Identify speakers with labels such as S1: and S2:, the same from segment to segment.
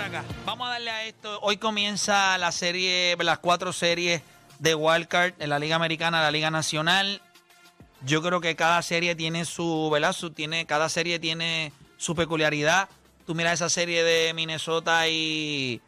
S1: acá. Vamos a darle a esto. Hoy comienza la serie, las cuatro series de Wildcard en la Liga Americana, la Liga Nacional. Yo creo que cada serie tiene su, ¿verdad? Su- tiene, cada serie tiene su peculiaridad. Tú miras esa serie de Minnesota y,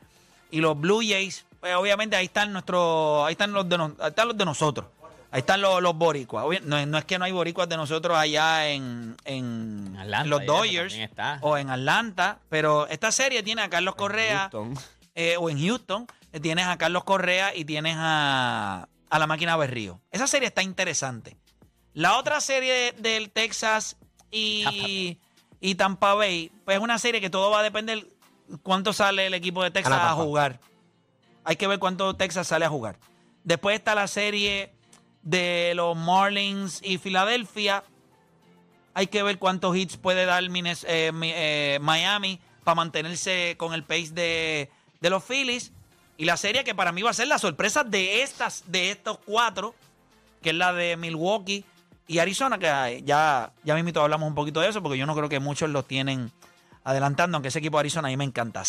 S1: y los Blue Jays. Pues obviamente ahí están nuestros, ahí están los de, no- ahí están los de nosotros. Ahí están los, los boricuas. Obvia- No, es- no es que no hay boricuas de nosotros allá en, en- en
S2: Atlanta,
S1: los
S2: yo creo que
S1: Dodgers
S2: también está.
S1: o en Atlanta, pero esta serie tiene a Carlos Correa
S3: Houston.
S1: eh, o en Houston, eh, tienes a Carlos Correa y tienes a, a la máquina Berrío. Esa serie está interesante. La otra serie de- del Texas
S2: Tampa
S1: y, y Tampa Bay, pues es una serie que todo va a depender cuánto sale el equipo de Texas
S3: Gana
S1: a
S3: Tampa.
S1: jugar. Hay que ver cuánto Texas sale a jugar. Después está la serie de los Marlins y Filadelfia. Hay que ver cuántos hits puede dar Mines- eh, mi- eh, Miami para mantenerse con el pace de, de los Phillies. Y la serie que para mí va a ser la sorpresa de estas, de estos cuatro, que es la de Milwaukee y Arizona, que ah, ya, ya mismito hablamos un poquito de eso, porque yo no creo que muchos los tienen adelantando, aunque ese equipo de Arizona a mí me encanta.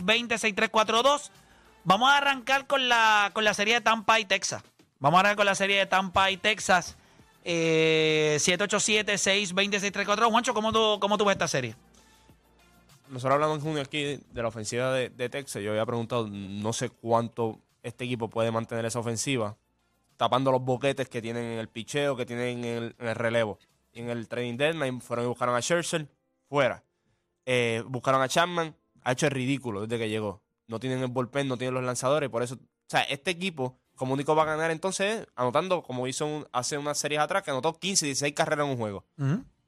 S1: 787-620-6342. Vamos a arrancar con la, con la serie de Tampa y Texas. Vamos a arrancar con la serie de Tampa y Texas. Eh, 787-620-6342. Juancho, ¿cómo tú, ¿cómo tú ves esta serie?
S3: Nosotros hablamos en junio aquí de la ofensiva de, de Texas. Yo había preguntado, no sé cuánto este equipo puede mantener esa ofensiva, tapando los boquetes que tienen en el picheo, que tienen en el, en el relevo. Y en el training deadline fueron y buscaron a Scherzer, fuera. Eh, buscaron a Chapman, ha hecho el ridículo desde que llegó. No tienen el bullpen, no tienen los lanzadores, por eso... O sea, este equipo como único va a ganar entonces, es anotando, como hizo un- hace unas series atrás, que anotó 15, 16 carreras en un juego.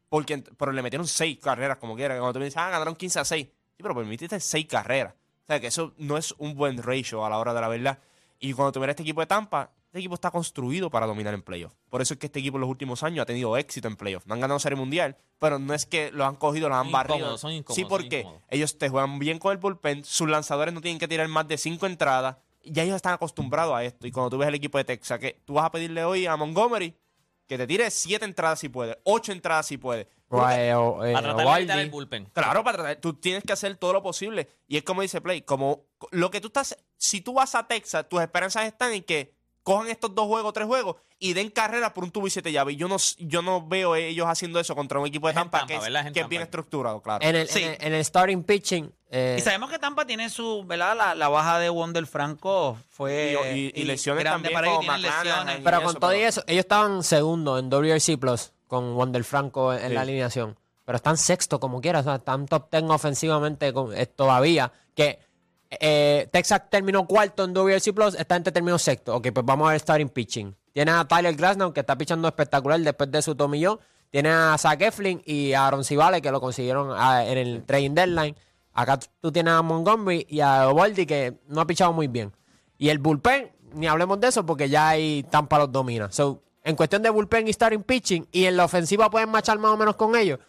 S3: Porque, ent- pero le metieron seis carreras, como quiera. Cuando tú me dices, ah, ganaron 15 a 6. Sí, pero permitiste seis carreras. O sea, que eso no es un buen ratio a la hora de la verdad. Y cuando tú miras este equipo de Tampa, este equipo está construido para dominar en playoffs. Por eso es que este equipo en los últimos años ha tenido éxito en playoffs. No han ganado Serie Mundial, pero no es que los han cogido, los han
S2: Son
S3: barrido.
S2: incómodos, son incómodos,
S3: sí,
S2: son
S3: porque
S2: incómodos.
S3: ellos te juegan bien con el bullpen, sus lanzadores no tienen que tirar más de cinco entradas. Ya ellos están acostumbrados a esto. Y cuando tú ves el equipo de Texas, que tú vas a pedirle hoy a Montgomery que te tire siete entradas si puede, ocho entradas si puede. Tú lo que-
S4: eh,
S2: Para tratar de evitar el bullpen.
S3: Claro, para tratar- tú tienes que hacer todo lo posible. Y es como dice Play, como lo que tú estás, si tú vas a Texas, tus esperanzas están en que cojan estos dos juegos, tres juegos y den carrera por un tubo y siete llaves. Y Yo no, s- yo no veo ellos haciendo eso contra un equipo de
S2: Es en
S3: Tampa,
S2: Tampa,
S3: que, es,
S2: ¿verdad? Es en
S3: que es
S2: Tampa.
S3: bien estructurado, claro.
S4: En el,
S1: Sí.
S4: en el- en el starting pitching. eh,
S1: Y sabemos que Tampa tiene su, ¿verdad? La, la baja de Wonder Franco fue
S3: Y- y- y lesiones
S1: grande
S3: también
S1: para ellos,
S3: como eh.
S1: tienen
S3: McClanahan.
S1: lesiones.
S4: pero
S3: y
S4: con
S3: eso,
S4: todo y
S3: pero-
S4: eso, ellos estaban segundo en WRC Plus con Wander Franco en, en la
S3: Sí.
S4: alineación. Pero están sexto como quieras. o sea, están top ten ofensivamente con- eh, todavía. Que eh, Texas terminó cuarto en WRC Plus, esta gente terminó sexto. Ok, pues vamos a ver starting pitching. Tienes a Tyler Glasnow, que está pichando espectacular después de su tomillón. Tienes a Zach Eflin y a Aaron Civale, que lo consiguieron ah, en el trading deadline. Acá tú- tú tienes a Montgomery y a Ovaldi, que no ha pichado muy bien. Y el bullpen, ni hablemos de eso porque ya ahí Tampa los domina. So, en cuestión de bullpen y starting pitching, y en la ofensiva pueden marchar más o menos con ellos.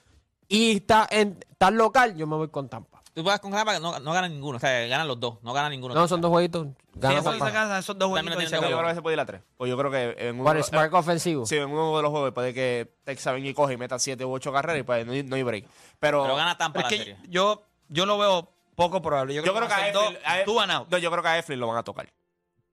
S4: Y está en tal local, yo me voy con Tampa.
S2: Tú vas con Tampa que no, no gana ninguno. O sea, ganan los dos. No gana ninguno.
S4: No, son dos jueguitos.
S1: Sí,
S4: Gana
S1: eso
S4: Tampa.
S1: saca- esos dos
S2: También lo
S1: jueguitos y
S2: tienen
S1: se
S2: que
S3: Pero yo
S1: acabó.
S3: creo que se puede ir a tres. Pues yo creo que en uno,
S4: Por el spark ofensivo.
S3: sí, en uno de los juegos puede que Texas venga y coge y meta siete u ocho carreras y pues no hay, no hay break. Pero,
S2: Pero gana Tampa
S1: Pero
S2: la
S1: es que
S2: serie.
S1: yo, yo lo veo poco probable. Yo
S3: yo
S1: creo,
S3: creo que
S1: van a
S3: a
S1: ser
S3: Eflin,
S1: dos,
S3: a Eflin-
S1: two and out.
S3: no, yo creo que a Eflin lo van a tocar.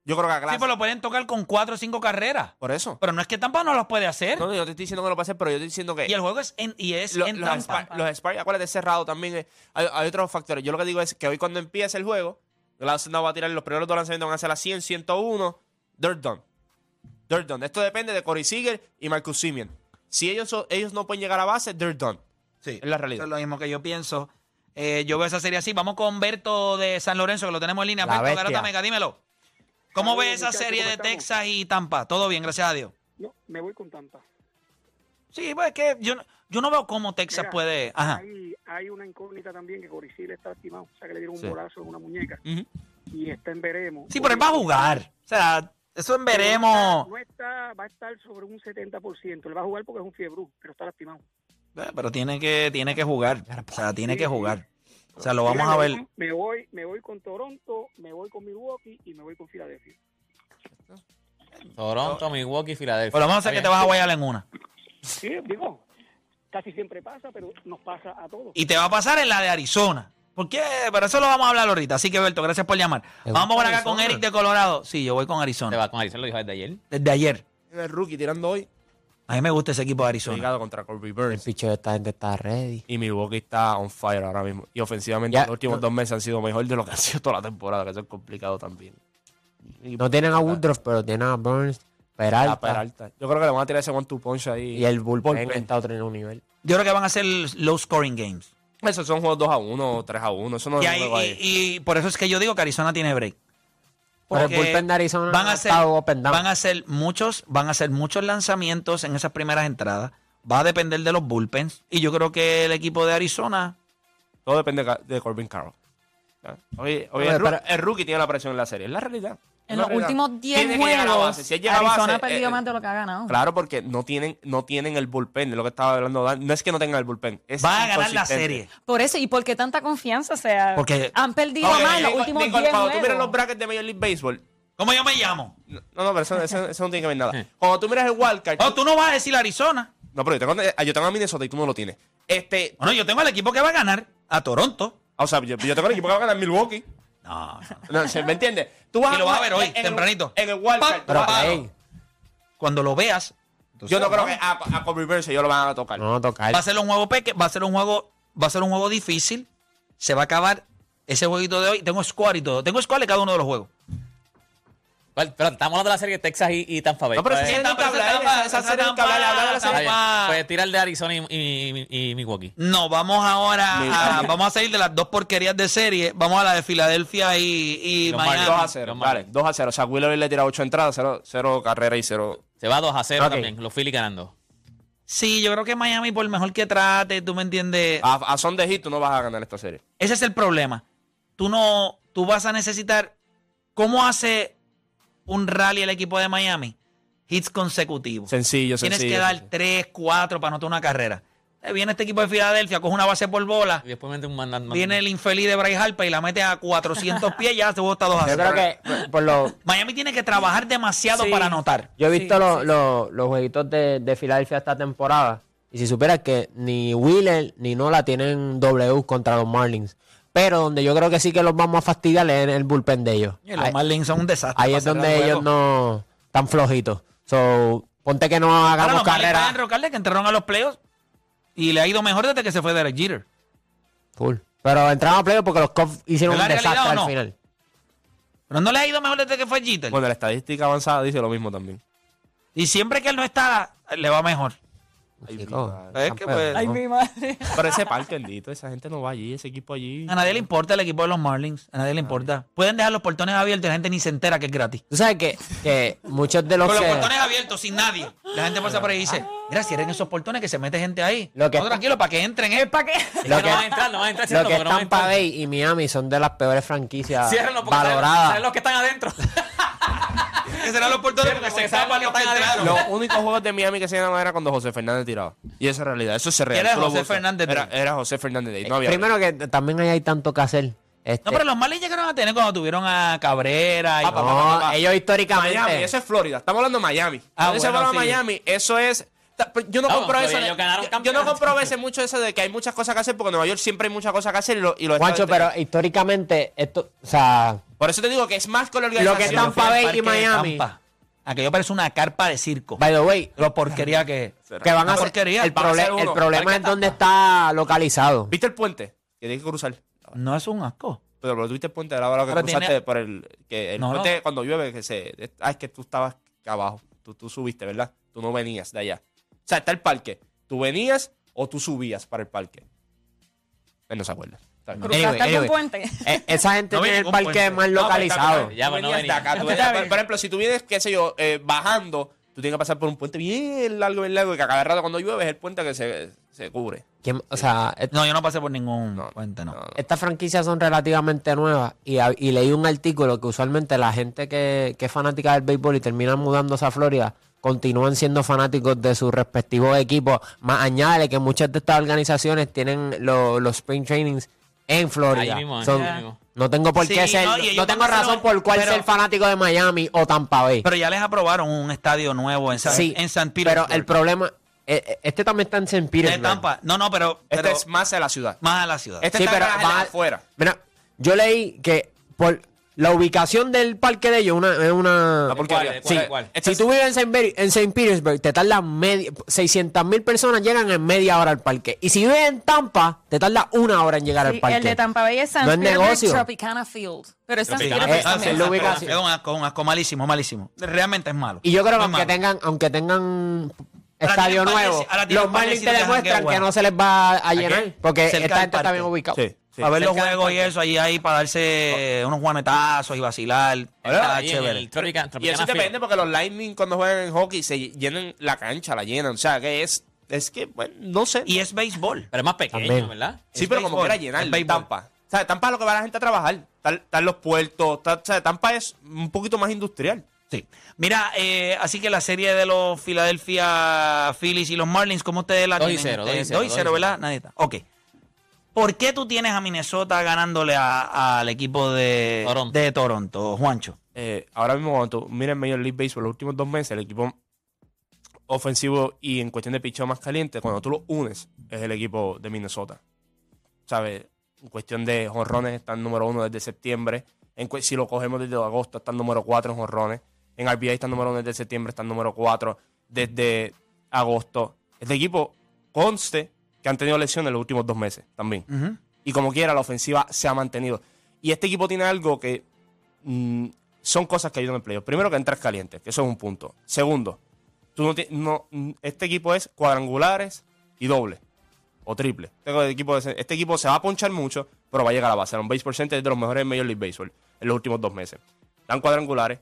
S3: Yo creo que a Glass.
S1: Sí, pero lo pueden tocar con cuatro o cinco carreras.
S3: Por eso.
S1: Pero no es que Tampa no los puede hacer.
S3: No, no, yo te estoy diciendo que lo pase, pero yo estoy diciendo que
S1: Y el juego es en, y es
S3: Lo-
S1: en
S3: los,
S1: Tampa.
S3: spar, los Spar, acuérdate, es cerrado también. eh. Hay, hay otros factores. Yo lo que digo es que hoy cuando empiece el juego, Glasnow va a tirar los primeros dos lanzamientos, van a ser las 100, 101. They're done. They're done. Esto depende de Corey Seager y Marcus Simeon. Si ellos, so- ellos no pueden llegar a base, they're done.
S1: Sí,
S3: es la
S1: Eso
S3: realidad.
S1: es lo mismo que yo pienso. Eh, yo veo esa serie así. Vamos con Berto de San Lorenzo, que lo tenemos en línea.
S4: La
S1: Berto
S4: bestia.
S1: Garata Mega, dímelo. ¿Cómo
S5: Saludos,
S1: ves esa
S5: muchachos,
S1: serie
S5: ¿cómo
S1: de
S5: estamos?
S1: Texas y Tampa? Todo bien, gracias a Dios.
S5: No, me voy con Tampa.
S1: Sí, pues es que yo, no- yo no veo cómo Texas
S5: Mira,
S1: puede. Ajá.
S5: Hay, hay una incógnita también que Coricil está estimado. O sea, que le dieron un
S3: Sí.
S5: bolazo en una muñeca.
S3: Ujú.
S5: Y está en veremos.
S1: Sí, pero él va a jugar. O sea, eso en veremos.
S5: No está, va a estar sobre un 70%. Él va a jugar porque es un fiebrú, pero está lastimado.
S1: Eh, Pero tiene que, tiene que jugar. O sea, tiene que
S5: Sí, sí.
S1: jugar. O sea, lo
S5: Mira,
S1: vamos a
S5: me
S1: ver.
S5: voy- Me voy, me voy con Toronto, me voy con Milwaukee y me voy con Filadelfia.
S2: Toronto, Milwaukee, Filadelfia.
S1: Pues lo vamos a hacer que
S2: Está
S1: te vas a guayar en una.
S5: Sí, digo, casi siempre pasa, pero nos pasa a todos.
S1: Y te va a pasar en la de Arizona. ¿Por qué? Pero eso lo vamos a hablar ahorita. Así que, Berto, gracias por llamar.
S4: ¿Te
S1: Vamos por
S3: gusta
S1: acá con
S3: Arizona?
S1: Eric de Colorado. Sí, yo voy con
S2: Te
S1: Arizona.
S2: va con Arizona, lo dijo desde ayer.
S1: Desde ayer.
S3: El rookie tirando hoy,
S1: A mí me gusta ese equipo de Arizona.
S3: ligado contra Corby
S4: El
S3: Burns.
S4: picheo de esta gente está ready.
S3: Y Milwaukee está on fire ahora mismo. Y ofensivamente
S4: Ya,
S3: los últimos
S4: no-
S3: dos meses han sido mejor de lo que ha sido toda la temporada, que eso es complicado también. Y
S4: No tienen a Woodruff, pero tienen a Burns, Peralta,
S3: la Peralta. Yo creo que le van a tirar ese one two punch ahí.
S4: y el bullpen,
S3: Bullpen.
S4: está a otro nivel.
S1: Yo creo que van a ser low scoring games.
S3: Esos son juegos 2 a 1, 3 a 1. Eso no
S1: Y,
S3: es un
S1: ahí-
S3: juego ahí.
S1: y- y por eso es que yo digo que Arizona tiene break.
S4: Pero el
S1: Porque
S4: bullpen de Arizona
S1: van a
S4: ha
S1: hacer,
S4: estado up and down.
S1: van a hacer muchos, van a hacer muchos lanzamientos en esas primeras entradas. Va a depender de los bullpens. Y yo creo que el equipo de Arizona
S3: Todo depende ca- de Corbin Carroll. ¿Ya? Hoy, hoy
S4: Oye,
S3: el, ru-
S4: pero-
S3: el rookie tiene la presión en la serie. Es la realidad. Es
S6: En
S3: la
S6: los
S3: realidad.
S6: últimos 10
S3: Tiene que llegar a
S6: juegos,
S3: base. Si él llega a
S6: Arizona
S3: base,
S6: ha perdido
S3: eh,
S6: más de lo que ha ganado.
S3: Claro, porque no tienen, no tienen el bullpen, de lo que estaba hablando Dan. No es que no tengan el bullpen. Es
S1: va a ganar la
S3: inconsistente.
S1: serie.
S6: Por eso, ¿y por qué tanta confianza? O sea,
S1: Porque-
S6: han perdido
S3: Ok,
S6: más en los
S3: Nicole-
S6: últimos
S3: Nicole,
S6: 10
S3: cuando tú miras
S6: juegos.
S3: los brackets de Major League Baseball,
S1: ¿Cómo yo me llamo?
S3: no, no, pero eso, eso- eso no tiene que ver nada. Cuando tú miras el wildcard,
S1: Eh. Oh, tú no vas a decir Arizona.
S3: no, pero yo tengo, eh, yo tengo a Minnesota y tú no lo tienes. Este,
S1: Bueno, yo tengo el equipo que va a ganar a Toronto.
S3: o sea, yo, yo tengo el equipo que va a ganar Milwaukee.
S1: No, no.
S3: No, ¿se- ¿Me entiendes? Tú
S1: Y lo vas a ver hoy,
S3: en el-
S1: tempranito.
S3: En el wildcard.
S1: Pa-
S3: tú vas-
S4: Pero
S1: Claro.
S4: hey,
S1: Cuando lo veas,
S3: yo no creo que a, a Kobe Bryant ellos lo van a tocar.
S4: no tocar.
S1: va a ser un juego peque, va a ser un juego, va a ser un juego difícil. Se va a acabar ese jueguito de hoy. Tengo squad y todo. Tengo squad de cada uno de los juegos.
S2: Vale, espérate, estamos hablando de la serie de Texas y, y Tampa Bay.
S3: No, pero
S2: Pues-
S3: sí, Tampa, Tampa, esa serie hay que hablar, hablar de la
S2: Ah,
S3: serie.
S2: ya. Pues tirar de Arizona y, y- y- y Milwaukee.
S1: No, vamos ahora
S3: Mira.
S1: a, vamos a salir de las dos porquerías de serie. Vamos a la de Filadelfia y, y
S2: Y los
S1: Miami.
S2: Marlins.
S3: 2 a 0.
S2: Los
S3: Vale,
S2: Marlins.
S3: 2 a 0. O sea, Wheeler le tira 8 entradas, 0, carrera y 0.
S2: Se va 2 a 0
S4: Ok.
S2: también, los Phillies ganando.
S1: Sí, yo creo que Miami, por mejor que trate, tú me entiendes.
S3: A, a son de hit, tú no vas a ganar esta serie.
S1: Ese es el problema. Tú no, tú vas a necesitar. ¿Cómo hace un rally el equipo de Miami? Hits consecutivos.
S3: Sencillo, sencillo.
S1: Tienes que dar
S3: sencillo.
S1: 3, 4 para anotar una carrera. Eh, Viene este equipo de Filadelfia, coge una base por bola.
S2: Y después mete un mandante.
S1: Viene el infeliz de Bryce Harper y la mete a 400 pies. Ya este se bota 2 a
S4: Yo
S1: 0.
S4: creo que por lo,
S1: Miami tiene que trabajar demasiado para anotar.
S4: Yo he visto los, los- los jueguitos de, de Filadelfia esta temporada. Y si supieras que ni Wheeler ni Nola tienen W contra los Marlins. Pero donde yo creo que sí que los vamos a fastidiar es en el bullpen de ellos.
S1: Y
S4: Ahí,
S1: Los Marlins son un desastre.
S4: ahí
S1: para
S4: es
S1: cerrar
S4: donde
S1: el
S4: ellos
S1: juego.
S4: no están flojitos. So, ponte que no
S1: Ahora
S4: hagamos
S1: los Marlins
S4: carrera.
S1: pueden rocarle que entraron a los playoffs y le ha ido mejor desde que se fue Derek Jeter.
S4: Full. Pero entramos a playoff porque los Cubs hicieron
S1: ¿Es la
S4: un
S1: realidad
S4: desastre
S1: o
S4: al
S1: no?
S4: final.
S1: Pero no le ha ido mejor desde que fue Jeter.
S3: Bueno, la estadística avanzada dice lo mismo también.
S1: Y siempre que él no está, le va mejor. Pues
S4: Chicos,
S1: Es que, pues,
S6: Ay, mi madre.
S3: Pero ese parquendito, esa gente no va allí, ese equipo allí.
S1: a nadie le importa el equipo de los Marlins. A nadie le importa. Pueden dejar los portones abiertos y la gente ni se entera que es gratis.
S4: Tú sabes que, que muchos de los
S1: Con los
S4: que-
S1: portones abiertos, sin nadie. La gente pasa por ahí y dice, mira, cierren esos portones que se mete gente ahí.
S4: Lo que-
S1: No, tranquilo, para que entren. eh". Es para que...
S2: Es que
S4: lo
S2: no
S4: que-
S2: van a entrar, no van a entrar.
S4: Lo
S2: ciérralo,
S4: que es
S2: porque no van a
S4: Tampa
S2: entrar.
S4: Bay y Miami son de las peores franquicias
S2: Ciérralo porque saben-
S4: valoradas.
S2: saben los que están adentro.
S1: Que serán los portones porque se
S2: Porque saben
S1: escapan los
S2: lo que
S1: que
S2: están
S1: entraron.
S3: Los únicos juegos de Miami que se ganaron era cuando José Fernández tiraba. Y eso es realidad, eso es real.
S1: Era
S3: Tú lo
S1: José
S3: buscas.
S1: Fernández Day.
S3: Era, era José Fernández Day, No había.
S4: Eh, Primero que t- también ahí hay tanto que hacer. Este,
S1: No, pero los Marlins llegaron a tener cuando tuvieron a Cabrera y...
S3: Ah, pa-
S4: no,
S3: papá, papá.
S4: ellos históricamente.
S3: Miami, eso es Florida. Estamos hablando de Miami.
S1: Ah,
S3: Cuando se
S1: bueno,
S3: van a
S1: sí. pues,
S3: Miami, eso es. ta- pero Yo no
S2: No,
S3: compro
S2: pero
S3: eso. de-
S2: ellos ganaron
S3: yo- yo, no
S2: campeonato.
S3: compro a veces mucho eso de que hay muchas cosas que hacer, porque en Nueva York siempre hay muchas cosas que hacer y lo, y lo
S4: Juancho,
S3: está-
S4: pero históricamente, esto, o sea,
S3: Por eso te digo que es más con la
S4: lo
S3: organización.
S4: que es
S3: Yo fui
S4: Tampa
S3: al
S4: Bay y
S3: parque-
S4: Miami,
S1: Tampa. Aquello parece una carpa de circo.
S4: by the way,
S1: Lo porquería que es.
S4: que van
S1: Una
S4: a ser,
S1: porquería.
S4: el,
S3: van a
S4: proble-
S3: ser uno.
S4: el problema
S3: Parque
S4: es dónde está localizado.
S3: ¿Viste el puente? Que tienes que cruzar.
S1: No es un asco.
S3: Pero, pero tuviste el puente, era lo que
S1: Pero
S3: cruzaste
S1: tiene-
S3: por el. Que el
S1: No,
S3: puente cuando llueve, que se. Ah, es que tú estabas acá abajo. Tú, tú subiste, ¿verdad? Tú no venías de allá. O sea, está el parque. Tú venías o tú subías para el parque. Él no se acuerda. Está bien.
S6: Cruzaste
S4: Anyway,
S6: algún
S4: anyway.
S6: puente.
S4: E- esa gente
S1: No vi
S4: tiene el
S1: ningún
S4: parque
S1: puente.
S4: más
S3: No, pero está
S4: localizado.
S3: bien,
S2: Ya, pues, no
S3: venías de
S2: venía.
S3: acá, tú venías- por, por ejemplo, si tú vienes, qué sé yo, eh, bajando, tú tienes que pasar por un puente bien largo, bien largo, y que a cada rato cuando llueve es el puente que se, se cubre.
S4: ¿Quién- o sea, et-
S1: No, yo no pasé por ningún
S3: No,
S1: puente, no.
S4: estas franquicias son relativamente nuevas y, a- y leí un artículo que usualmente la gente que, que es fanática del béisbol y terminan mudándose a Florida continúan siendo fanáticos de sus respectivos equipos. Más añade que muchas de estas organizaciones tienen lo- los spring trainings en Florida.
S2: Ahí mismo,
S4: Son-
S2: ahí mismo.
S4: No tengo por qué
S1: Sí,
S4: ser,
S1: no,
S4: no,
S1: y ellos
S4: no tengo
S1: van a ser
S4: razón
S1: los-
S4: por cuál
S1: pero-
S4: ser fanático de Miami o Tampa Bay.
S1: Pero ya les aprobaron un estadio nuevo en San,
S4: sí,
S1: en San
S4: pero el
S1: Petersburg.
S4: problema, eh, eh, este también está en St. Petersburg.
S1: De Tampa. No, no, pero,
S3: Este
S1: pero
S3: es más de la ciudad.
S1: más a la ciudad.
S3: Este
S4: Sí,
S3: está
S4: pero
S3: más
S4: va-
S3: afuera.
S4: Mira, yo leí que por la ubicación del parque de ellos una, es una...
S3: La porquería.
S2: ¿De cuál, de cuál, de cuál?
S3: Este
S4: Si
S3: es-
S4: tú vives en Saint, Beri- en Saint Petersburg, te tardas media... 600 mil personas llegan en media hora al parque. Y si vives en Tampa, te tarda una hora en llegar al
S6: Sí,
S4: parque.
S6: el de Tampa Bay es San
S4: No es
S6: Petersburg,
S4: negocio.
S6: Tropicana Field. Pero es San
S2: Tropicana
S6: Petersburg
S4: Field.
S1: Ah, sí,
S6: también.
S4: lo
S1: es un
S4: ubica
S1: asco, es un asco, un asco malísimo, malísimo. Realmente es malo.
S4: Este Y yo creo
S1: Es
S4: que aunque
S1: malo.
S4: tengan, aunque tengan
S1: Ahora
S4: estadio
S1: tienen
S4: nuevo,
S1: parques- ahora tienen
S4: los
S1: parques
S4: Marlins te
S1: de
S4: demuestran
S1: jangueo,
S4: que
S1: bueno.
S4: no se les va a llenar.
S1: Aquí,
S4: Porque
S1: cerca
S4: esta
S1: del
S4: gente está
S1: parque.
S4: bien ubicada.
S3: Sí, sí.
S1: a ver los
S2: cerca del
S1: juegos y
S2: parque.
S1: eso allí ahí para darse unos guanetazos y vacilar. Está
S2: Ahí en
S1: chévere.
S2: el Tropica-
S3: Y
S2: Tropicana
S3: eso
S2: Field.
S3: depende porque los Lightning cuando juegan en hockey se llenan la cancha, la llenan. O sea, que es, es que, bueno, no sé.
S1: Y es béisbol.
S2: Pero es más pequeño,
S4: También.
S2: ¿verdad?
S3: sí,
S1: es
S3: pero como
S1: béisbol,
S3: quiera
S1: es
S3: llenar
S1: béisbol.
S3: Tampa. O sea, Tampa es lo que va la gente a trabajar. Están están los puertos. está- o sea, Tampa es un poquito más industrial.
S1: Sí. Mira, eh, así que la serie de los Philadelphia Phillies y los Marlins, ¿cómo ustedes la
S2: Dos y
S1: tienen?
S2: cero, dos y
S1: Eh,
S2: cero, dos y cero.
S1: ¿verdad? Nadie está. Ok. ¿Por qué tú tienes a Minnesota ganándole a- al equipo de
S2: Toronto.
S1: de Toronto, Juancho?
S3: Eh, ahora mismo, cuando tú miras Major League Baseball, los últimos dos meses, el equipo ofensivo y en cuestión de picheo más caliente, cuando tú los unes, es el equipo de Minnesota. ¿Sabes? En cuestión de jonrones, están número uno desde septiembre. En cue- si lo cogemos desde agosto, están número cuatro en jonrones. En RBI están número uno desde septiembre, están número cuatro desde agosto. Este equipo conste que han tenido lesiones los últimos dos meses también.
S1: Ujú.
S3: Y como quiera, la ofensiva se ha mantenido. Y este equipo tiene algo que mm, son cosas que ayudan al playoff. Primero, que entras caliente, que eso es un punto. Segundo, tú no ti- no, mm, este equipo es cuadrangulares y doble o triple. Este equipo, es- este equipo se va a ponchar mucho, pero va a llegar a la base. Un base percentage es de los mejores en Major League Baseball en los últimos dos meses. Dan cuadrangulares.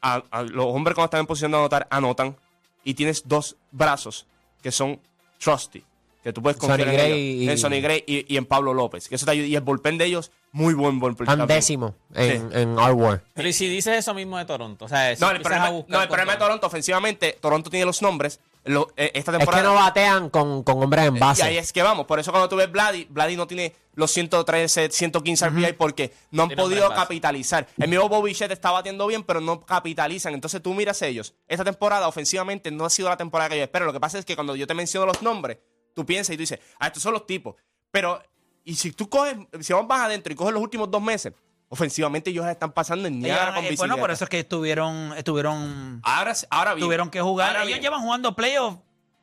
S3: a- a- los hombres cuando están en posición de anotar, anotan. Y tienes dos brazos que son trusty. Que tú puedes
S4: Sonny
S3: confiar en
S4: Gray
S3: ellos.
S4: y-
S3: En Sonny Gray y, y en Pablo López. Que eso te ayuda. Y el bullpen de ellos, muy buen bullpen.
S4: Están
S3: también.
S4: décimo en, en Our World.
S2: Pero ¿y si dices eso mismo de Toronto? O sea, si
S3: No, el
S2: empiezas
S3: problema,
S2: a
S3: no, el
S2: buscar con
S3: problema de Toronto, ofensivamente, Toronto tiene los nombres. Lo- eh, esta
S4: Es
S3: temporada
S4: que no batean con, con hombres en
S3: Y ahí
S4: base.
S3: es que vamos. Por eso cuando tú ves Vladi, Vladi no tiene los 113, 115 RBI porque no han
S2: Tiene
S3: podido
S2: hombres más.
S3: capitalizar. El mismo Bobby Shett está batiendo bien, pero no capitalizan. Entonces tú miras ellos. Esta temporada ofensivamente no ha sido la temporada que yo espero. Lo que pasa es que cuando yo te menciono los nombres, tú piensas y tú dices, ah, estos son los tipos. Pero, y si tú coges, si vamos más adentro y coges los últimos dos meses, ofensivamente ellos están pasando en Niagara
S1: Eh,
S3: con
S1: bueno,
S3: bicicleta.
S1: por eso es que estuvieron estuvieron
S2: Ah,
S3: ahora, ahora bien.
S1: tuvieron que jugar.
S3: Ahora
S1: Ellos
S3: bien.
S1: llevan jugando playoff